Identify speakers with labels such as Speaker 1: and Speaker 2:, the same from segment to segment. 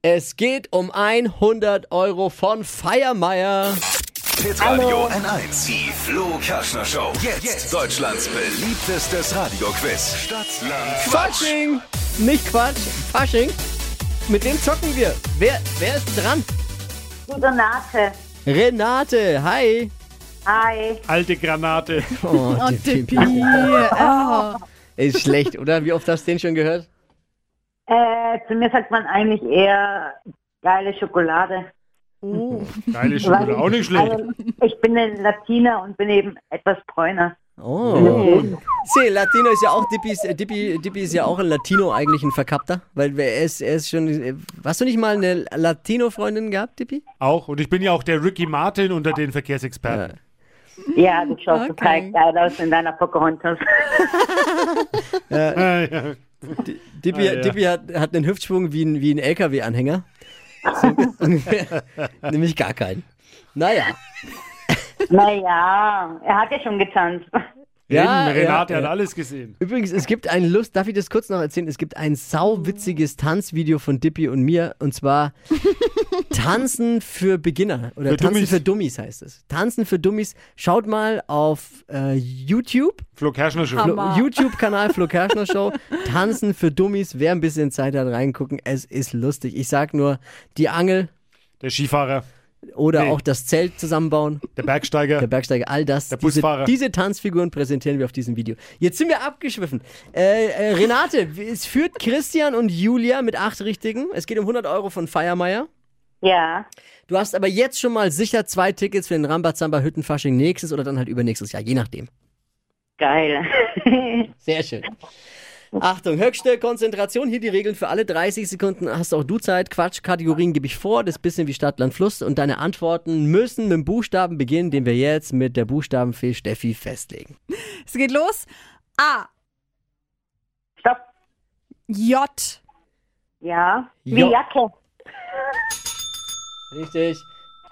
Speaker 1: Es geht um 100 Euro von Feiermeier.
Speaker 2: Hit Radio N1, die Flo Kaschner Show. Jetzt, Deutschlands beliebtestes Radioquiz. Stadt, Land, Quatsch.
Speaker 1: Fasching! Nicht Quatsch, Fasching. Mit wem zocken wir? Wer, wer ist dran?
Speaker 3: Die Renate.
Speaker 1: Renate, hi.
Speaker 3: Hi.
Speaker 4: Alte Granate.
Speaker 1: Oh,
Speaker 5: Tippi.
Speaker 1: Ist schlecht, oder? Wie oft hast du den schon gehört?
Speaker 3: Äh, zu mir sagt man eigentlich eher geile Schokolade.
Speaker 5: Oh.
Speaker 4: Geile Schule,
Speaker 3: Weil
Speaker 4: auch nicht schlecht.
Speaker 3: Also, ich bin ein Latiner und bin eben etwas bräuner.
Speaker 1: Oh. See, Latino ist ja auch, Dippi ist, äh, Dippi, Dippi ist ja auch ein Latino eigentlich ein Verkappter, weil wer- er ist, er ist schon, äh, hast du nicht mal eine Latino-Freundin gehabt, Dippi?
Speaker 4: Auch. Und ich bin ja auch der Ricky Martin unter den
Speaker 1: Äh,
Speaker 4: Verkehrsexperten.
Speaker 3: Ja, du schaust
Speaker 5: Okay.
Speaker 3: total geil aus in deiner Pocahontas.
Speaker 4: Ja. ja.
Speaker 1: Dippi,
Speaker 4: Ah, ja.
Speaker 1: Dippi hat, hat einen Hüftschwung wie ein, wie ein LKW-Anhänger. So ungefähr. Nämlich gar keinen. Naja.
Speaker 3: naja, er hat ja schon getanzt.
Speaker 1: Ja,
Speaker 4: Eben, Renate
Speaker 1: ja,
Speaker 4: hat
Speaker 1: ja.
Speaker 4: alles gesehen.
Speaker 1: Übrigens, es gibt ein Lust, darf ich das kurz noch erzählen? Es gibt ein sauwitziges Tanzvideo von Dippy und mir und zwar Tanzen für Beginner oder
Speaker 4: Für
Speaker 1: Tanzen
Speaker 4: Dummies.
Speaker 1: für Dummies heißt es. Tanzen für Dummies. Schaut mal auf äh, YouTube,
Speaker 4: Flo Kerschner schon.
Speaker 5: Hammer.
Speaker 1: Flo- YouTube-Kanal Flo Kerschner Show. Tanzen für Dummies. Wer ein bisschen Zeit hat, reingucken. Es ist lustig. Ich sag nur, die Angel
Speaker 4: Der Skifahrer,
Speaker 1: oder
Speaker 4: Nee.
Speaker 1: auch das Zelt zusammenbauen,
Speaker 4: der
Speaker 1: der
Speaker 4: Bergsteiger.
Speaker 1: Bergsteiger, all das.
Speaker 4: Der
Speaker 1: diese,
Speaker 4: Busfahrer.
Speaker 1: diese Tanzfiguren präsentieren wir auf diesem Video. Jetzt sind wir abgeschwiffen. Äh, äh, Renate, es führt Christian und Julia mit acht Richtigen. Es geht um 100 Euro von Feiermeier.
Speaker 3: Ja,
Speaker 1: Du hast aber jetzt schon mal sicher zwei Tickets für den Rambazamba Hüttenfasching nächstes oder dann halt übernächstes Jahr, je nachdem.
Speaker 3: geil.
Speaker 1: Sehr schön. Achtung, höchste Konzentration. Hier die Regeln für alle 30 Sekunden. Hast auch du Zeit. Quatsch, Kategorien gebe ich vor. Das bisschen wie Stadt, Land, Fluss. Und deine Antworten müssen mit dem Buchstaben beginnen, den wir jetzt mit der Buchstabenfee Steffi festlegen.
Speaker 5: Es geht los. A.
Speaker 3: Stopp.
Speaker 5: J.
Speaker 3: Ja, wie
Speaker 1: Jo.
Speaker 3: Jacke.
Speaker 1: Richtig.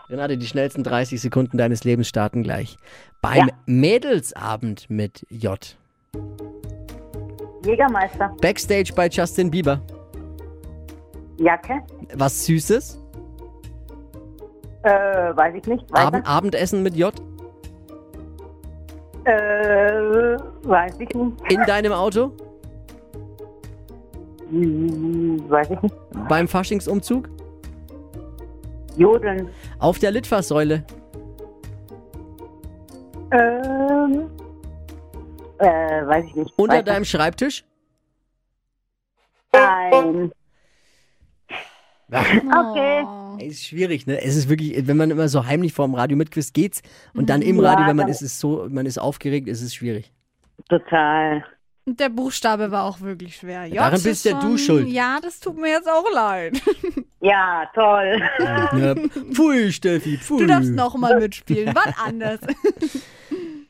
Speaker 1: Renate, die schnellsten 30 Sekunden deines Lebens starten gleich. Beim
Speaker 3: Ja.
Speaker 1: Mädelsabend mit J.
Speaker 3: Jägermeister.
Speaker 1: Backstage bei Justin Bieber.
Speaker 3: Jacke.
Speaker 1: Was Süßes.
Speaker 3: Äh, weiß ich nicht. Weiter.
Speaker 1: Abend, Abendessen mit J.
Speaker 3: Äh, weiß ich nicht.
Speaker 1: In deinem Auto.
Speaker 3: Hm, Weiß ich nicht.
Speaker 1: Beim Faschingsumzug.
Speaker 3: Jodeln.
Speaker 1: Auf der Litfaßsäule.
Speaker 3: Ähm, äh, weiß ich nicht.
Speaker 1: Unter
Speaker 3: Weiter.
Speaker 1: deinem Schreibtisch.
Speaker 3: Nein. Okay.
Speaker 5: Oh.
Speaker 1: Ist schwierig, ne? Es ist wirklich, wenn man immer so heimlich vorm Radio mitquiz geht's und dann im
Speaker 3: Ja,
Speaker 1: Radio, wenn man
Speaker 3: dann-
Speaker 1: ist, ist so, man ist aufgeregt, ist es schwierig.
Speaker 3: Total.
Speaker 5: Und der Buchstabe war auch wirklich schwer. J
Speaker 1: Daran
Speaker 5: ist
Speaker 1: bist ja
Speaker 5: schon,
Speaker 1: du schuld.
Speaker 5: Ja, das tut mir jetzt auch leid.
Speaker 3: Ja, toll.
Speaker 1: Ja. Ne? Pfui, Steffi, pfui.
Speaker 5: Du darfst nochmal mitspielen. Wann anders?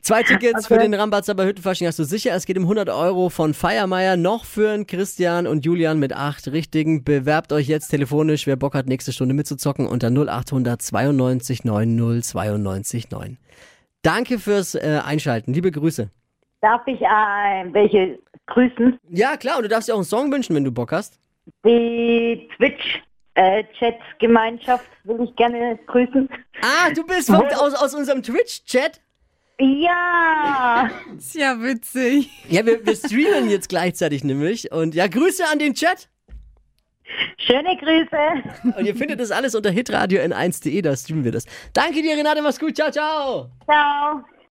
Speaker 1: Zwei Tickets für den Rambazaber Hüttenfasching hast du sicher. Es geht um 100 Euro von Feiermeier, noch für einen Christian und Julian mit acht richtigen. Bewerbt euch jetzt telefonisch, wer Bock hat, nächste Stunde mitzuzocken unter 0800 92 90 92 9. Danke fürs äh, Einschalten. Liebe Grüße.
Speaker 3: Darf ich äh, welche grüßen?
Speaker 1: Ja, klar, und du darfst dir auch einen Song wünschen, wenn du Bock hast.
Speaker 3: Die Twitch-Chat-Gemeinschaft will ich gerne grüßen.
Speaker 1: Ah, du bist vom, aus, aus unserem Twitch-Chat?
Speaker 3: Ja,
Speaker 5: Ist ja witzig.
Speaker 1: Ja, wir, wir streamen jetzt gleichzeitig nämlich. Und ja, Grüße an den Chat.
Speaker 3: schöne Grüße.
Speaker 1: Und ihr findet das alles unter hitradio n1.de, da streamen wir das. Danke dir, Renate, mach's gut, ciao, ciao.
Speaker 3: Ciao.